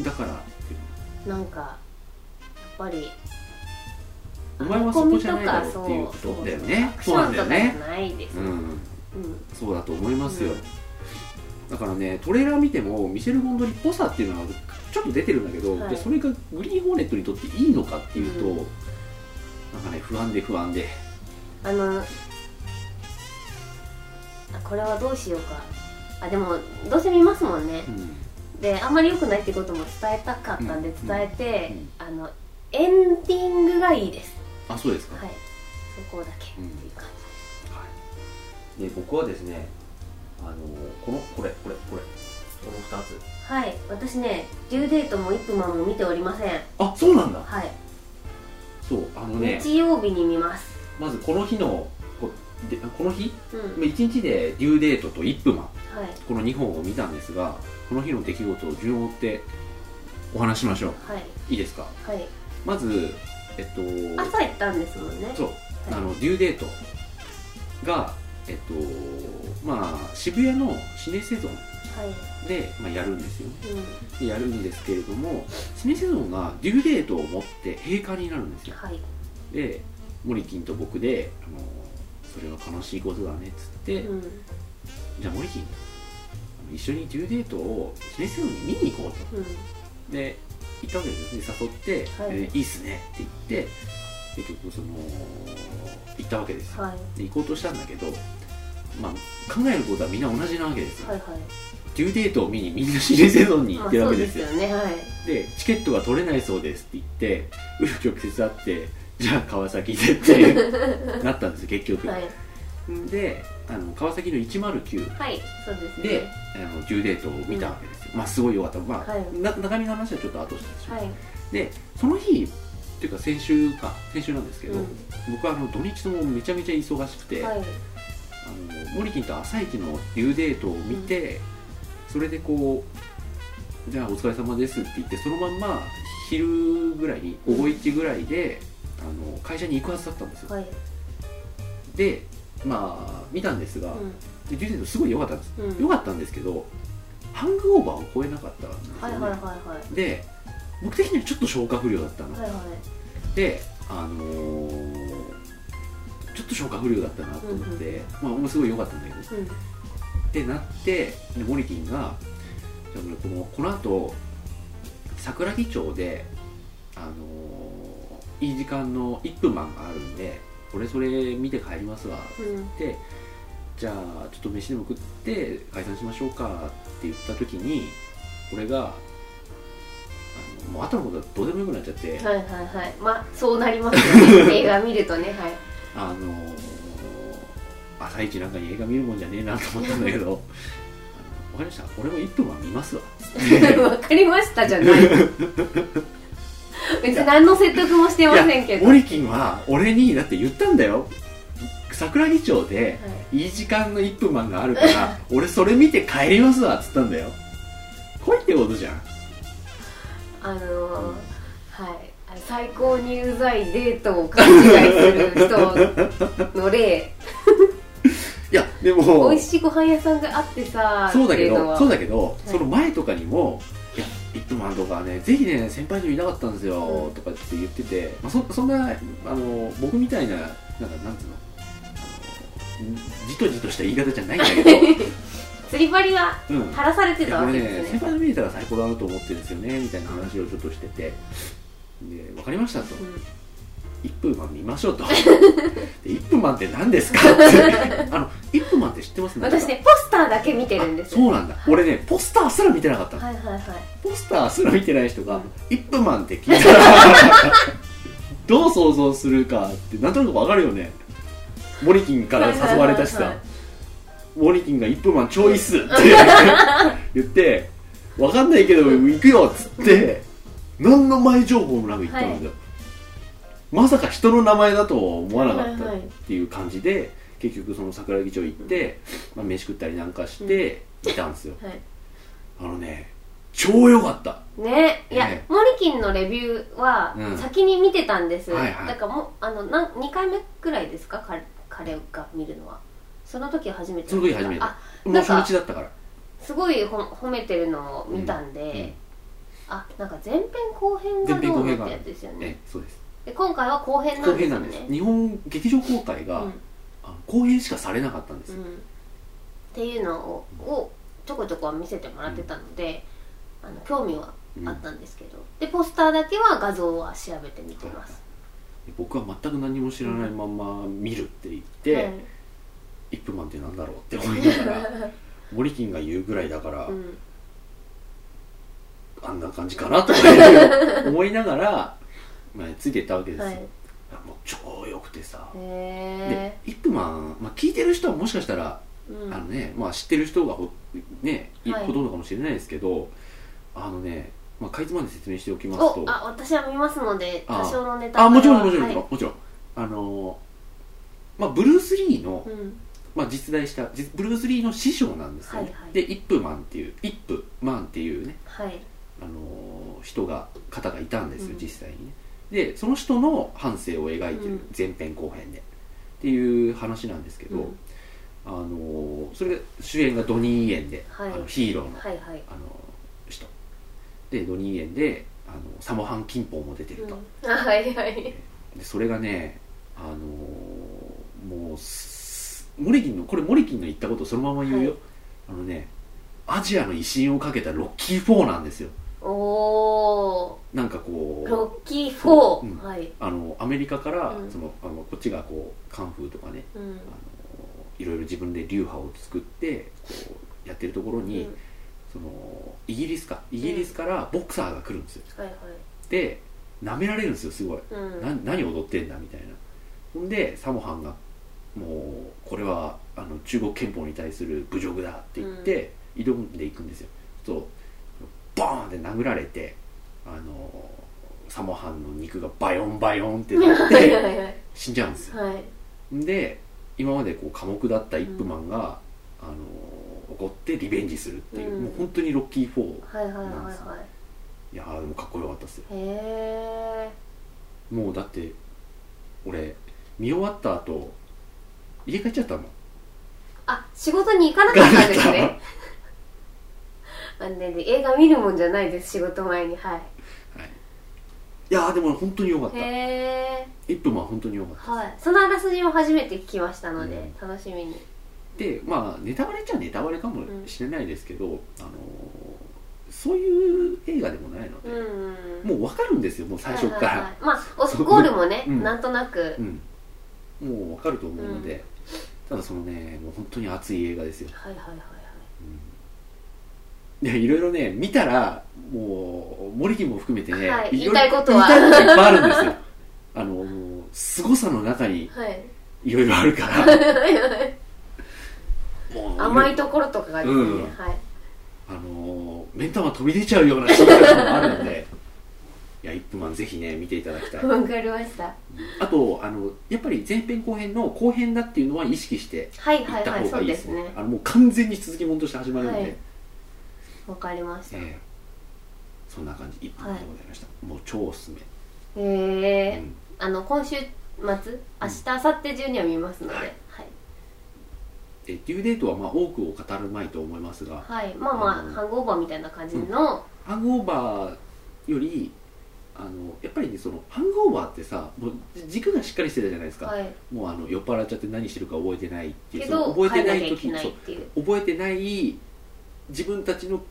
Speaker 1: だから
Speaker 2: なんかやっぱり
Speaker 1: お前はそこじゃないだろうっていうことだよね
Speaker 2: アクシ
Speaker 1: そう
Speaker 2: ョ
Speaker 1: なん
Speaker 2: ンと
Speaker 1: だ
Speaker 2: か
Speaker 1: よ
Speaker 2: じゃ
Speaker 1: ね
Speaker 2: ないです、
Speaker 1: う
Speaker 2: うん
Speaker 1: んそうだと思いますよ、だからねトレーラー見てもミシェル・ゴンドリーっぽさっていうのはちょっと出てるんだけど、
Speaker 2: はい
Speaker 1: でそれがグリーン・ホーネットにとっていいのかっていうと、
Speaker 2: うん
Speaker 1: なんかね不安で不安で
Speaker 2: あのあこれはどうしようかあでもどうせ見ますもんね
Speaker 1: う
Speaker 2: であんまり良くないってことも伝えたかったんで
Speaker 1: うん
Speaker 2: 伝えて
Speaker 1: うん、
Speaker 2: あのエンディングがいいです
Speaker 1: んあそうですか、
Speaker 2: はいそこだけっていう感
Speaker 1: はい、で僕はですねあのこのこれこれこれこの2つ
Speaker 2: じはい私ねデューデートもイップマンも見ておりません
Speaker 1: あそうなんだ
Speaker 2: はい
Speaker 1: そうあのね
Speaker 2: 日曜日に見ます。
Speaker 1: まずこの日のこでこの日
Speaker 2: うん。はい。
Speaker 1: 1日でデューデートとイップマンこの2本を見たんですがこの日の出来事を順を追ってお話ししましょう
Speaker 2: はい。
Speaker 1: いいですか
Speaker 2: はい。
Speaker 1: まずえっと
Speaker 2: 朝行ったんですもんね。
Speaker 1: そうあ
Speaker 2: はい
Speaker 1: のデューデートがえっとまあ渋谷のシネセゾン
Speaker 2: はい。
Speaker 1: で、まあ、やるんですよね
Speaker 2: うん。
Speaker 1: でやるんですけれどもシネセゾンがデューデートを持って閉館になるんですよ
Speaker 2: はい。
Speaker 1: でモリキンと僕で「あのそれは悲しいことだね」っつって、
Speaker 2: うん。
Speaker 1: じゃあモリキンあの一緒にデューデートをシネセゾンに見に行こう
Speaker 2: うん。
Speaker 1: とで行ったわけですね誘って「
Speaker 2: はい
Speaker 1: いえーいいっすね」って言って結局その行ったわけですよ
Speaker 2: はい。
Speaker 1: で行こうとしたんだけどまあ、考えることはみんな同じなわけですよ、
Speaker 2: はいはい。
Speaker 1: デューデートを見にみんなシネセゾンに行
Speaker 2: まあ
Speaker 1: ってるわ
Speaker 2: そう
Speaker 1: けで
Speaker 2: で
Speaker 1: す
Speaker 2: す
Speaker 1: よ
Speaker 2: よね。はい。
Speaker 1: でチケットが取れないそうですって言って紆余曲折あってじゃあ川崎でって
Speaker 2: (laughs)
Speaker 1: なったんですよ結局、
Speaker 2: はい。
Speaker 1: であの川崎の109
Speaker 2: はい。そうですね。
Speaker 1: で、あのデューデートを見たわけですよ、まあすごい良かった、まあ
Speaker 2: はい
Speaker 1: な中身の話はちょっと後したでしょ、
Speaker 2: はい。
Speaker 1: でその日っていうか先週か先週なんですけど、
Speaker 2: うん
Speaker 1: 僕はあの土日ともめちゃめちゃ忙しくて、
Speaker 2: はい。
Speaker 1: あのモリキンと朝一のデューデートを見て、それでこう「じゃあお疲れ様です」って言ってそのまんま昼ぐらいに午後1ぐらいであの会社に行くはずだったんですよ、
Speaker 2: はい。
Speaker 1: でまあ見たんですが、でデューデートすごい良かったんです
Speaker 2: うん。うん。
Speaker 1: 良
Speaker 2: は
Speaker 1: かったんですけどハングオーバーを超えなかったんですよね、
Speaker 2: いはいはいはい。
Speaker 1: で僕的にはちょっと消化不良だったの、
Speaker 2: はいはい。
Speaker 1: であのーちょっと消化不良だったなと思って、まあもうすごい良かったんだけど
Speaker 2: うん。
Speaker 1: ってなってでモリキンが「じゃあ俺このこの後桜木町で、あのーいい時間の1分マンがあるんで俺それ見て帰りますわ」
Speaker 2: うん。
Speaker 1: ってじゃあちょっと飯でも食って解散しましょうか」って言った時に俺があのもう後のことはどうでもよくなっちゃって、
Speaker 2: はいはいはい。まあ、そうなりますよ
Speaker 1: (laughs)
Speaker 2: ね。映画見るとね。はい。
Speaker 1: あのー朝一なんかに映画見るもんじゃねえなと思ったんだけ
Speaker 2: (laughs)
Speaker 1: ど「あのわかりました俺も1分マン見ますわ」 (laughs) つって。
Speaker 2: わかりましたじゃない。別に何の説得もしてませんけど。
Speaker 1: モ
Speaker 2: はい。
Speaker 1: リキンは俺にだって言ったんだよ桜木町でいい時間の1分マンがあるから
Speaker 2: (laughs)
Speaker 1: 俺それ見て帰りますわっつったんだよ来いってことじゃん
Speaker 2: あのーはい、最高にうざいデートを勘違いする人の例
Speaker 1: いやで
Speaker 2: 美
Speaker 1: も
Speaker 2: 味しいご飯屋さんがあってさ
Speaker 1: そうだけ
Speaker 2: っていうの
Speaker 1: ど
Speaker 2: は
Speaker 1: そうだけど、
Speaker 2: い
Speaker 1: その前とかにも「いや1分マンとかねぜひね先輩にもいなかったんですよ」
Speaker 2: うん
Speaker 1: とかって言ってて、まあ、そそんなあの僕みたいななんかなんつうのあのじとじとした言い方じゃないんだけど、
Speaker 2: (laughs) 釣り針は
Speaker 1: うん、
Speaker 2: 晴らされて
Speaker 1: い
Speaker 2: た
Speaker 1: やこ
Speaker 2: わけ
Speaker 1: れ
Speaker 2: で
Speaker 1: ね
Speaker 2: す
Speaker 1: 先
Speaker 2: ね
Speaker 1: 輩の見えたら最高だなと思ってるんですよねみたいな話をちょっとしててで分かりましたと
Speaker 2: う
Speaker 1: 1分マン見ましょうとで1分マンって何ですかってあの1分マンって知ってます
Speaker 2: ん
Speaker 1: ね
Speaker 2: 私ねポスターだけ見てるんです
Speaker 1: そうなんだ俺ねポスターすら見てなかったの
Speaker 2: はいはいはい
Speaker 1: ポスターすら見てない人が1分マンって聞いたらどう想像するかってなんとなく分かるよねモリキンから誘われたし
Speaker 2: は
Speaker 1: さ
Speaker 2: いはい
Speaker 1: モリキンが1分マン超いいっすって言って分かんないけど行くよっつって何の前情報もなく行ったんですよ、まさか人の名前だとは思わなかった
Speaker 2: はいはい
Speaker 1: っていう感じで結局その桜木町行って、まあ、飯食ったりなんかして、いたんですよ
Speaker 2: はい
Speaker 1: あのね超良かった
Speaker 2: ねいや、
Speaker 1: え
Speaker 2: モリキンのレビューは
Speaker 1: うん
Speaker 2: 先に見てたんです、
Speaker 1: はいはい
Speaker 2: だからもうあのなん2回目くらいですか彼彼が見るのはその時初めて
Speaker 1: その時初めて
Speaker 2: あ
Speaker 1: もう
Speaker 2: なん
Speaker 1: 初
Speaker 2: か
Speaker 1: 日だったから
Speaker 2: すごいほ褒めてるのを見たんで、
Speaker 1: うん
Speaker 2: あなんか前編後編がどうのってやつですよね
Speaker 1: ねそうです
Speaker 2: で今回は後編な
Speaker 1: 後
Speaker 2: んで
Speaker 1: 編
Speaker 2: す
Speaker 1: な
Speaker 2: よ
Speaker 1: んです
Speaker 2: ね
Speaker 1: 日本劇場公開が、あの後編しかされなかったんです
Speaker 2: う
Speaker 1: よ、
Speaker 2: ん、うん、っていうのををちょこちょこは見せてもらってたので、あの興味は
Speaker 1: うん
Speaker 2: あったんですけど、でポスターだけは画像は調べてみてます、
Speaker 1: 僕は全く何も知らないまま見るって言って、
Speaker 2: はい
Speaker 1: イップマンってなんだろうって思いながらモリキンが言うぐらいだから、
Speaker 2: (laughs) うん
Speaker 1: あんな感じかなと
Speaker 2: (laughs)
Speaker 1: か思いながら、まあ、ついていったわけですよ、
Speaker 2: はい、
Speaker 1: もう超良くてさ、
Speaker 2: へ
Speaker 1: でイップマン、まあ、聞いてる人はもしかしたら、
Speaker 2: え、う
Speaker 1: あの
Speaker 2: ん、
Speaker 1: ね、まあ、知ってる人がほ,、ねい
Speaker 2: はい
Speaker 1: ほとんどかもしれないですけどあのね、まあ、かいつまんで説明しておきます
Speaker 2: お
Speaker 1: と
Speaker 2: あ私は見ますので
Speaker 1: あ
Speaker 2: 多少のネタ
Speaker 1: あもちろんもちろん、
Speaker 2: はい
Speaker 1: もちろんもちろんあのーまあ、ブルース・リーの、
Speaker 2: うん
Speaker 1: まあ、実在した実ブルース・リーの師匠なんですよね、
Speaker 2: はいはい
Speaker 1: でイップマンっていうイップマンっていうね
Speaker 2: はい
Speaker 1: あのー人が方がいたんですよ、
Speaker 2: うん
Speaker 1: 実際にねでその人の半生を描いて
Speaker 2: う
Speaker 1: る
Speaker 2: ん
Speaker 1: 前編後編でっていう話なんですけど、
Speaker 2: うん
Speaker 1: あのーそれが主演がドニー・イエンで、
Speaker 2: はい
Speaker 1: あのヒーローの,、
Speaker 2: はいはい
Speaker 1: あのー人でドニー・イエンであのサモハン・キンポンも出てると、
Speaker 2: うん、 (laughs) はいはい
Speaker 1: でそれがねあのーもうすモリキンのこれモリキンの言ったことをそのまま言うよ、
Speaker 2: は
Speaker 1: あのねアジアの威信をかけたロッキー4なんですよ
Speaker 2: おお
Speaker 1: なんかこ
Speaker 2: ー
Speaker 1: う
Speaker 2: ロッキー
Speaker 1: そう
Speaker 2: 4、
Speaker 1: うん
Speaker 2: はい、
Speaker 1: あのアメリカから、
Speaker 2: うん
Speaker 1: そのあのこっちがこうカンフーとかね
Speaker 2: うん
Speaker 1: あのいろいろ自分で流派を作ってこうやってるところに、
Speaker 2: うん
Speaker 1: そのイギリスかイギリスからボクサーが来るんですよ、
Speaker 2: はいはい
Speaker 1: で舐められるんですよすごい、
Speaker 2: うん (laughs)
Speaker 1: な何踊ってんだみたいなほんでサモハンがもうこれはあの中国憲法に対する侮辱だって言って、挑んでいくんですよそうボーンって殴られてあのサモハンの肉がバヨンバヨンってなっ
Speaker 2: はいは
Speaker 1: て
Speaker 2: いはいはい
Speaker 1: (laughs) 死んじゃうんですよ
Speaker 2: はい
Speaker 1: で今までこう寡黙だったイップマンが、あの怒ってリベンジするっていう、
Speaker 2: うん
Speaker 1: もう本当にロッキー4
Speaker 2: はいはい
Speaker 1: なんですいやーでもかっこよかったっすよ
Speaker 2: はいへえ
Speaker 1: もうだって俺見終わった後家帰っちゃったもん
Speaker 2: あ仕事に行かなかったんですね (laughs) あねで映画見るもんじゃないです仕事前にはい
Speaker 1: やーでも本当によかっ
Speaker 2: いへ
Speaker 1: た
Speaker 2: え
Speaker 1: イップマン本当によかった
Speaker 2: はい、そのあらすじも初めて聞きましたので、楽しみに
Speaker 1: でまあネタバレっちゃネタバレかもしれないですけど、あのーそういう映画でもないので、
Speaker 2: うん
Speaker 1: もう分かるんですよもう最初から、
Speaker 2: はいはいはいまあオフゴールもね、
Speaker 1: うん
Speaker 2: なんとなく、
Speaker 1: うん、もう分かると思うので、
Speaker 2: う
Speaker 1: ただそのねもう本当に熱い映画ですよ、
Speaker 2: はいはいはいはい
Speaker 1: うん、でいろいろね見たらもう森木も含めてね、
Speaker 2: はい
Speaker 1: ろろ
Speaker 2: 言いたいことは
Speaker 1: 言いたいこといっぱいあるんですよあのもう凄さの中に
Speaker 2: はい
Speaker 1: いろいろある
Speaker 2: (laughs)
Speaker 1: からもう
Speaker 2: 甘いところとかがですね、
Speaker 1: うん
Speaker 2: はい
Speaker 1: あの目ん玉飛び出ちゃうようなシーンとかもあるのでいやイップマンぜひね見ていただきたい
Speaker 2: わかりました
Speaker 1: あとあのやっぱり前編後編の後編だっていうのは意識して
Speaker 2: はい
Speaker 1: 行
Speaker 2: は
Speaker 1: っ
Speaker 2: い
Speaker 1: た
Speaker 2: はい
Speaker 1: 方
Speaker 2: そ
Speaker 1: がいうい
Speaker 2: で
Speaker 1: ですすね、
Speaker 2: ね
Speaker 1: あのもう完全に続きもんとして始まるので、
Speaker 2: はいわかりましたへ
Speaker 1: ええそんな感じ一本でございました、もう超おすすめ、
Speaker 2: え
Speaker 1: うん
Speaker 2: あの今週末明日明後日中には見ますので、は
Speaker 1: はいいえデューデートはまあ多くを語るまいと思いますが
Speaker 2: はい、まあまあ、
Speaker 1: うん
Speaker 2: ハングオーバーみたいな感じの、
Speaker 1: ハングオーバーよりあのやっぱりねそのハングオーバーってさもう軸がしっかりしてたじゃないですか、
Speaker 2: はい
Speaker 1: もうあの酔っ払っちゃって何してるか覚えてないっていう
Speaker 2: け
Speaker 1: その
Speaker 2: ど
Speaker 1: 覚え
Speaker 2: 変え
Speaker 1: て
Speaker 2: な
Speaker 1: な
Speaker 2: きゃ
Speaker 1: い
Speaker 2: いけ
Speaker 1: 時
Speaker 2: ない
Speaker 1: そ
Speaker 2: っていう
Speaker 1: う覚えてない自分たちの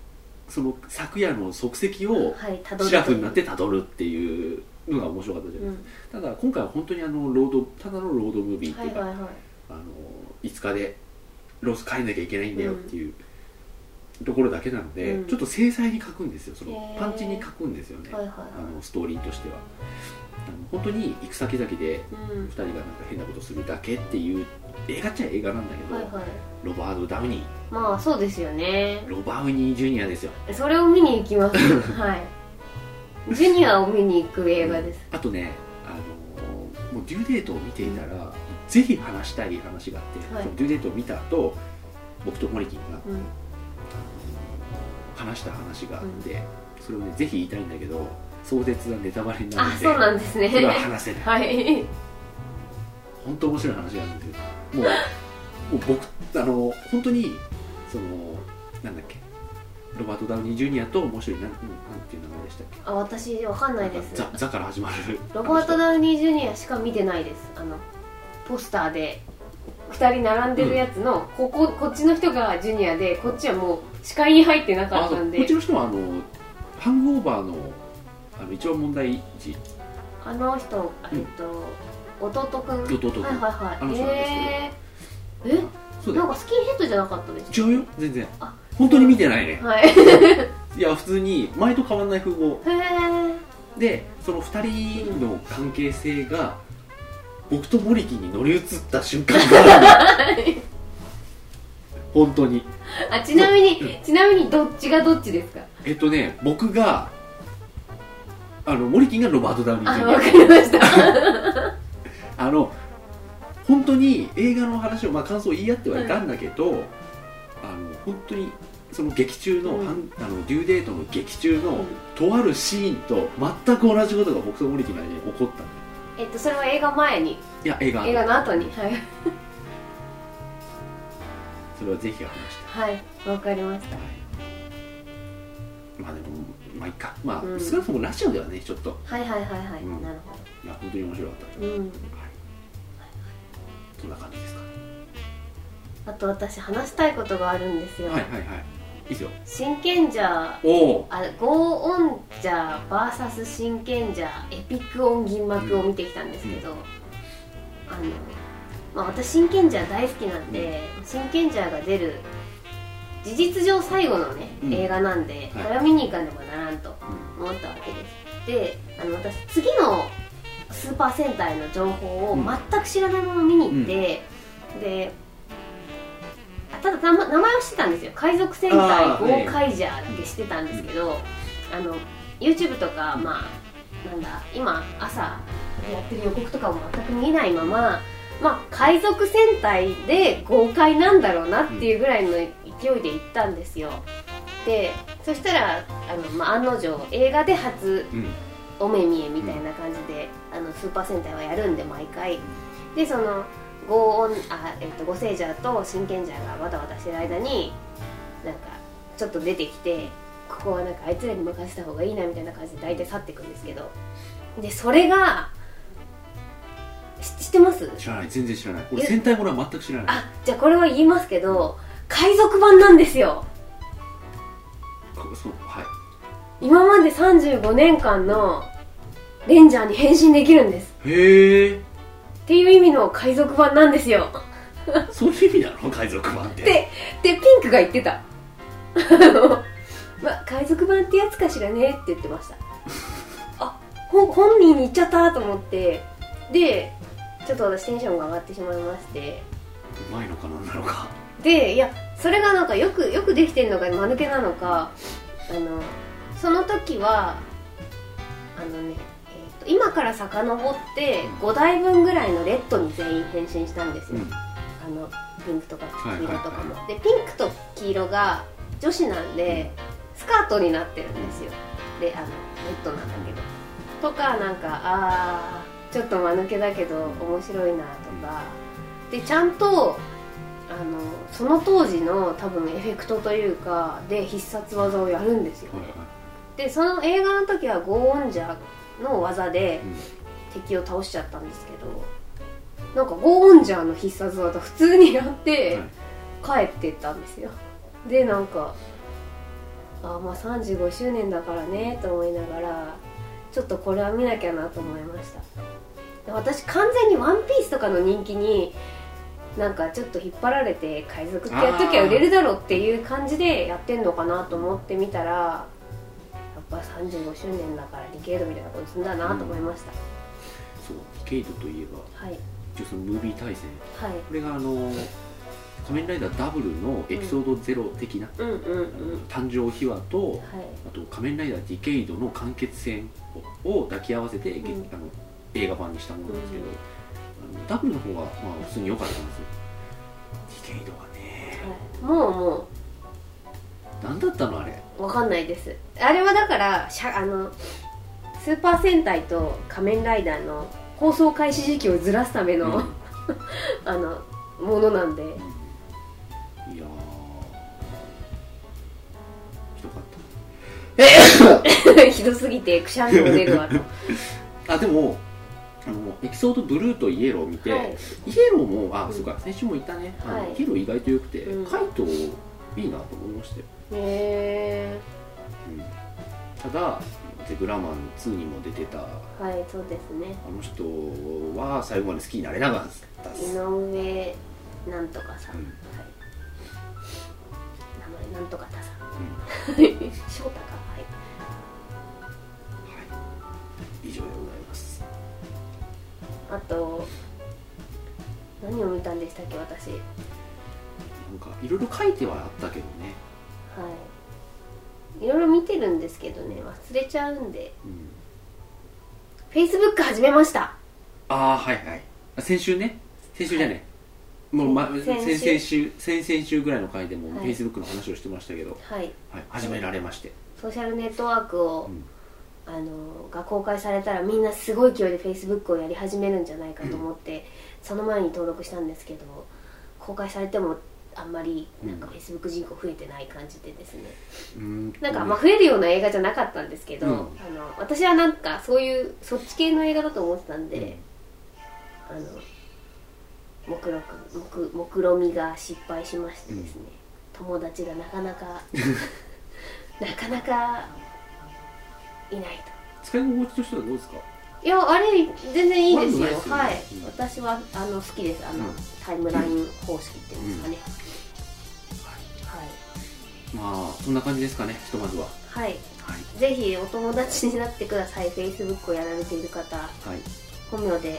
Speaker 1: その昨夜の足跡を
Speaker 2: はいたど
Speaker 1: シラフになってたどるっていうのが面白かったじゃないですか
Speaker 2: うん、
Speaker 1: ただ今回は本当にあのロードただのロードムービーって
Speaker 2: はい
Speaker 1: いうか、
Speaker 2: はいはい
Speaker 1: あの5日でロス帰んなきゃいけないんだよっていうところだけなので、
Speaker 2: うん
Speaker 1: ちょっと精細に書くんですよその
Speaker 2: へー
Speaker 1: パンチに書くんですよね、
Speaker 2: はいはい
Speaker 1: あ
Speaker 2: は
Speaker 1: のストーリーとしてはあの本当に行く先々で
Speaker 2: いうん
Speaker 1: 2人がなんか変なことするだけっていう映画っちゃ映画なんだけど、
Speaker 2: はいはい
Speaker 1: ロバート・ダウニー
Speaker 2: まあそうですよね
Speaker 1: ロバウニー・ジュニアですよ
Speaker 2: それを見に行きます
Speaker 1: (laughs)
Speaker 2: はいジュニアを見に行く映画です、
Speaker 1: あとねあのもうデューデートを見ていたら、ぜひ話したい話があって、
Speaker 2: はい
Speaker 1: そのデューデートを見た後僕とモリキンが
Speaker 2: うん、
Speaker 1: 話した話があって、それをねぜひ言いたいんだけど壮絶なネタバレになる
Speaker 2: あ
Speaker 1: ので
Speaker 2: そうなんですね
Speaker 1: それは話せない
Speaker 2: はい
Speaker 1: 本当面白い話があるんですけどもうもう僕あの本当にそのなんだっけロバート・ダウニー・ジュニアと面白いなんなんていう名前でしたっけ
Speaker 2: あ私わかんないで
Speaker 1: なんか
Speaker 2: す
Speaker 1: ザザから始まる
Speaker 2: ロバート・
Speaker 1: ウ
Speaker 2: ダウニー・ジュニアしか見てないですあのポスターで2人並んでるやつの、こここっちの人がジュニアでこっちはもう視界に入ってなかったん
Speaker 1: こっ
Speaker 2: で
Speaker 1: ちの人はあのハングオーバーのあの一番問題児
Speaker 2: あの人え
Speaker 1: ん
Speaker 2: っと、弟くん
Speaker 1: 弟くん
Speaker 2: はいはい
Speaker 1: あ
Speaker 2: は
Speaker 1: の人なん
Speaker 2: い
Speaker 1: です
Speaker 2: え
Speaker 1: け
Speaker 2: ー
Speaker 1: どそうだ
Speaker 2: えなん
Speaker 1: よ
Speaker 2: かスキンヘッドじゃなかったです
Speaker 1: 違うよ全然
Speaker 2: あ
Speaker 1: 本当に見てないね
Speaker 2: はいへ
Speaker 1: いや普通に前と変わんない風貌
Speaker 2: え
Speaker 1: でその2人の関係性が僕とモリキに乗り移った瞬間があ
Speaker 2: (laughs)
Speaker 1: る本当に
Speaker 2: あちなみにちなみにどっちがどっちですか
Speaker 1: えっとね僕があのモリキがロバート・ダウニー・ジ
Speaker 2: あ
Speaker 1: ュニ
Speaker 2: わかりました
Speaker 1: アあの本当に映画の話を、まあ、感想を言い合ってはいたんだけど、あの本当にその劇中の,、
Speaker 2: うん
Speaker 1: はん、あのデューデートの劇中の、
Speaker 2: うん
Speaker 1: とあるシーンと全く同じことが僕とモリキの間に起こったの
Speaker 2: えっとそれは映画前に
Speaker 1: いや映画
Speaker 2: 映画の後にはい
Speaker 1: それはぜひ話した
Speaker 2: はいわかりました
Speaker 1: はいまあでもまあいっかまあ、
Speaker 2: うん
Speaker 1: 少なくともラジオではねちょっと
Speaker 2: はいはいはいはい、
Speaker 1: うん
Speaker 2: なるほ
Speaker 1: いや本当に面白かったです、
Speaker 2: どうん
Speaker 1: はいそんな感じですかね
Speaker 2: あと私話したいことがあるんですよ、
Speaker 1: はいはいはいいいですよ
Speaker 2: 真剣じゃ
Speaker 1: おお
Speaker 2: あゴーオンジャー VS 真剣じゃエピックオン銀幕を見てきたんですけど、あのまあ私真剣じゃ大好きなんで、真剣じゃが出る事実上最後のね、
Speaker 1: うん
Speaker 2: 映画なんで、
Speaker 1: はい
Speaker 2: これは見に行かねばならんと思ったわけですであの私次のスーパー戦隊の情報を
Speaker 1: うん
Speaker 2: 全く知らないまま見に行って、であただ名前名前を知ってたんですよ海賊戦隊
Speaker 1: あー
Speaker 2: ゴーカイジャーだけしてたんですけど、あの YouTube とかまあなんだ今朝やってる予告とかも全く見えないまままあ海賊戦隊で豪快なんだろうなっていうぐらいの勢いで行ったんですよでそしたらあの、まあ、案の定映画で初
Speaker 1: うんうん
Speaker 2: お目見えみたいな感じで、あのスーパー戦隊はやるんで毎回でそのゴーオンあ、えっと、ゴセイジャーと真剣ジャーがわたわたしてる間になんかちょっと出てきてここはなんかあいつらに任せた方がいいなみたいな感じで大体去っていくんですけどでそれがし知ってます
Speaker 1: 知らない全然知らない俺
Speaker 2: え
Speaker 1: 戦隊ものは全く知らない
Speaker 2: あじゃあこれは言いますけど海賊版なんですよ
Speaker 1: こそうはい
Speaker 2: 今まで35年間のレンジャーに変身できるんです
Speaker 1: へえ
Speaker 2: っていう意味の海賊版なんですよ
Speaker 1: そういう意味なの海賊版って
Speaker 2: ででピンクが言ってた (laughs) あのまあ海賊版ってやつかしらねって言ってましたあほ本人に言っちゃったと思ってでちょっと私テンションが上がってしまいまして
Speaker 1: うまいのかなんなのか
Speaker 2: でいやそれがなんかよくよくできてるのか間抜けなのかあのその時はあのね、えーと今から遡って5台分ぐらいのレッドに全員変身したんです
Speaker 1: う
Speaker 2: よ、
Speaker 1: ん
Speaker 2: あのピンクとか
Speaker 1: い
Speaker 2: 黄色とか
Speaker 1: はい
Speaker 2: も、でピンクと黄色が女子なんでスカートになってるんですよであのレッドなんだけどとかなんかあーちょっと間抜けだけど面白いなとかでちゃんとあのその当時の多分エフェクトというかで必殺技をやるんですよ
Speaker 1: はいは
Speaker 2: でその映画の時はゴーオンジャーの技で
Speaker 1: いうん
Speaker 2: 敵を倒しちゃったんですけどなんかゴーオンジャーの必殺技普通にやって帰ってったんですよでなんかあまあ35周年だからねと思いながらちょっとこれは見なきゃなと思いましたで私完全に「ワンピースとかの人気になんかちょっと引っ張られて海賊ってやっときゃ売れるだろうっていう感じでやってんのかなと思ってみたらやっぱ35周年だからディケードみたいなことすんだなと思いました、
Speaker 1: そうケイトといえば
Speaker 2: はい
Speaker 1: 一応そのムービー対戦
Speaker 2: はい
Speaker 1: これがあの仮面ライダーダブルのエピソードゼロ的な、
Speaker 2: うんうんうん
Speaker 1: 誕生秘話と
Speaker 2: はい
Speaker 1: あと仮面ライダーディケイドの完結戦を抱き合わせて、げ
Speaker 2: うん
Speaker 1: あの映画版にしたものなんですけど、
Speaker 2: うん
Speaker 1: あのダブルの方がまあ
Speaker 2: (laughs)
Speaker 1: 普通に良かったんですよディケイドはね
Speaker 2: もうもう
Speaker 1: 何だったのあれ
Speaker 2: わかんないですあれはだからしゃあのスーパー戦隊と仮面ライダーの放送開始時期をずらすための、
Speaker 1: うん
Speaker 2: (laughs) あのものなんで
Speaker 1: うんいやーひどかった
Speaker 2: (laughs) ひどすぎてくしゃみも出る (laughs) わと、 (coughs)
Speaker 1: あでもあのエピソードブルーとイエローを見て、
Speaker 2: はい、
Speaker 1: イエローもあ、
Speaker 2: うん
Speaker 1: そうか先週もいたね、あの
Speaker 2: はい
Speaker 1: イエロー意外と良くて、
Speaker 2: うん
Speaker 1: カイトいいなと思いましたよ、
Speaker 2: へ
Speaker 1: うん、ただゼグラマン2にも出てたあ
Speaker 2: ーはいそうですね
Speaker 1: の人は最後まで好きになれなかったっ
Speaker 2: 井
Speaker 1: す、
Speaker 2: 上なんとかさん、
Speaker 1: うん
Speaker 2: はい、名前なんとかたさ (laughs) ん
Speaker 1: うん
Speaker 2: 翔太かはい
Speaker 1: 以上でございます
Speaker 2: あと何を見たんでしたっけ私はい
Speaker 1: なんかいろいろ書いてはあったけどね、
Speaker 2: いろいろ見てるんですけどね忘れちゃうんで
Speaker 1: うん、
Speaker 2: Facebook 始めました
Speaker 1: ああはいはいあ先週ね先週じゃね、もう、ま、
Speaker 2: 先週
Speaker 1: 先々週先々週ぐらいの回でも
Speaker 2: は
Speaker 1: Facebook
Speaker 2: い
Speaker 1: の話をしてましたけど、
Speaker 2: はい
Speaker 1: はい、始められまして、
Speaker 2: ソーシャルネットワークを、
Speaker 1: うん
Speaker 2: あのが公開されたらみんなすごい勢いで Facebook をやり始めるんじゃないかと思って、その前に登録したんですけど公開されてもあんまりなんか
Speaker 1: うん
Speaker 2: Facebook 人口増えてない感じでですね、
Speaker 1: うーん
Speaker 2: なんかあんま
Speaker 1: ま
Speaker 2: 増えるような映画じゃなかったんですけど、
Speaker 1: うん
Speaker 2: あの私はなんかそういうそっち系の映画だと思ってたんで、あの目録目目論みが失敗しましてですね、友達がなか
Speaker 1: (laughs)
Speaker 2: なかなかなかいない
Speaker 1: 使い心地としてはどうですか
Speaker 2: といやあれ全然いいですよ
Speaker 1: 悪くないですよねうん
Speaker 2: はい、私はあの好きですあの、
Speaker 1: うん
Speaker 2: タイムライン方式っていうんですかね、
Speaker 1: まあそんな感じですかねひとまずは
Speaker 2: はい、はい
Speaker 1: はい
Speaker 2: ぜひお友達になってください Facebook をやられている方
Speaker 1: はい
Speaker 2: 本名でや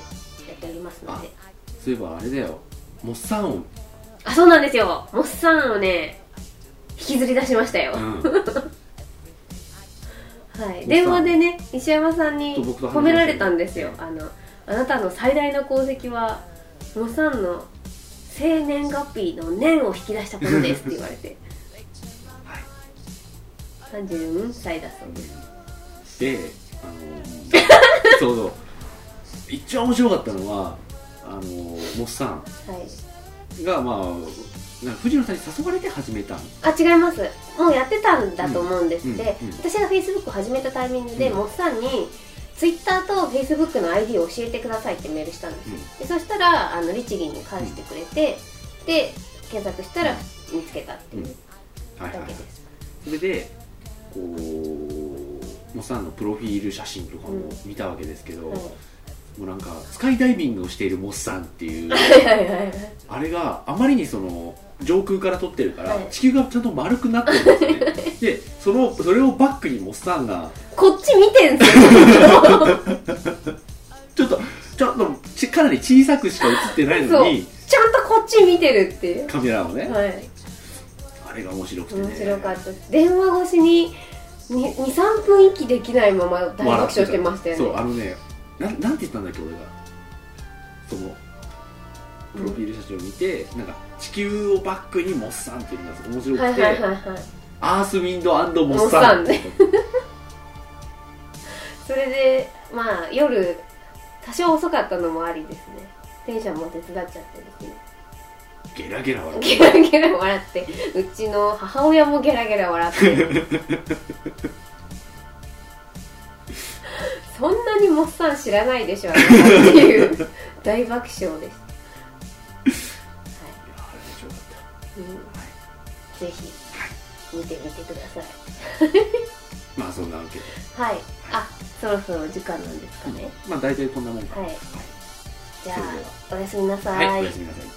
Speaker 2: っておりますので
Speaker 1: そういえばあれだよモッサン音、
Speaker 2: あそうなんですよモッサンをね引きずり出しましたよ、
Speaker 1: うん、
Speaker 2: はい、
Speaker 1: ん
Speaker 2: 電話でね石山さんに
Speaker 1: と僕と話し
Speaker 2: 褒
Speaker 1: ましたね
Speaker 2: められたんですよあのあなたの最大の功績はモッサンの生年月日の年を引き出したことですって言われて
Speaker 1: (laughs) はい
Speaker 2: 34歳だそうです
Speaker 1: であ (laughs) のそうそう一番面白かったのはあのモッサン
Speaker 2: はい
Speaker 1: がまあなんか藤野さんに誘われて始めたん
Speaker 2: あ違いますもうやってたんだと思うんですって、
Speaker 1: うんうんうん
Speaker 2: 私が Facebook を始めたタイミングで、
Speaker 1: うん
Speaker 2: モッサンに Twitter と Facebook の ID を教えてくださいってメールしたんです
Speaker 1: うん
Speaker 2: でそしたらあの律儀に返してくれて、で検索したら見つけたっていうだ
Speaker 1: はいはいは
Speaker 2: け
Speaker 1: い
Speaker 2: です、
Speaker 1: それでこうモサンのプロフィール写真とかも見たわけですけど、
Speaker 2: はい
Speaker 1: もうなんかスカイダイビングをしているモッサンって (laughs) いう
Speaker 2: はいはい (laughs) はいはい
Speaker 1: あれがあまりにその上空から撮ってるから、
Speaker 2: はい
Speaker 1: 地球がちゃんと丸くなってるんですよね
Speaker 2: (laughs)
Speaker 1: でそのそれをバックにモッサンが
Speaker 2: こっち見てんす
Speaker 1: (laughs)
Speaker 2: よ
Speaker 1: ちょっとちょっとちかなり小さくしか写ってないのに
Speaker 2: ちゃんとこっち見てるっていう
Speaker 1: カメラをね、
Speaker 2: はい
Speaker 1: あれが面白くてね
Speaker 2: 面白かったです電話越しに23分息できないまま大爆
Speaker 1: 笑
Speaker 2: 笑
Speaker 1: っ
Speaker 2: してましたよね
Speaker 1: そうあのねなんなんて言ったんだっけ俺がそのプロフィール写真を見て、なんか地球をバックにモッサンっていうのが面白くて、
Speaker 2: はいはいはいはい
Speaker 1: アースウィンドモッサン
Speaker 2: モッサンね (laughs) それでまあ夜多少遅かったのもありですね電車も手伝っちゃってですね
Speaker 1: ゲラゲラ笑う
Speaker 2: ゲラゲラ笑ってうちの母親もゲラゲラ笑って (laughs) そんなにモッサン知らないでしょあなたっていう大爆笑でし、
Speaker 1: いやあれ面白かった
Speaker 2: うんぜひ見てみてください
Speaker 1: たまあそんなわけで、
Speaker 2: はいあそろそろ時間なんですかね、
Speaker 1: まあ大体こんなもんか
Speaker 2: はいじゃ
Speaker 1: それでは
Speaker 2: あおやすみなさ
Speaker 1: はい、おやすみなさい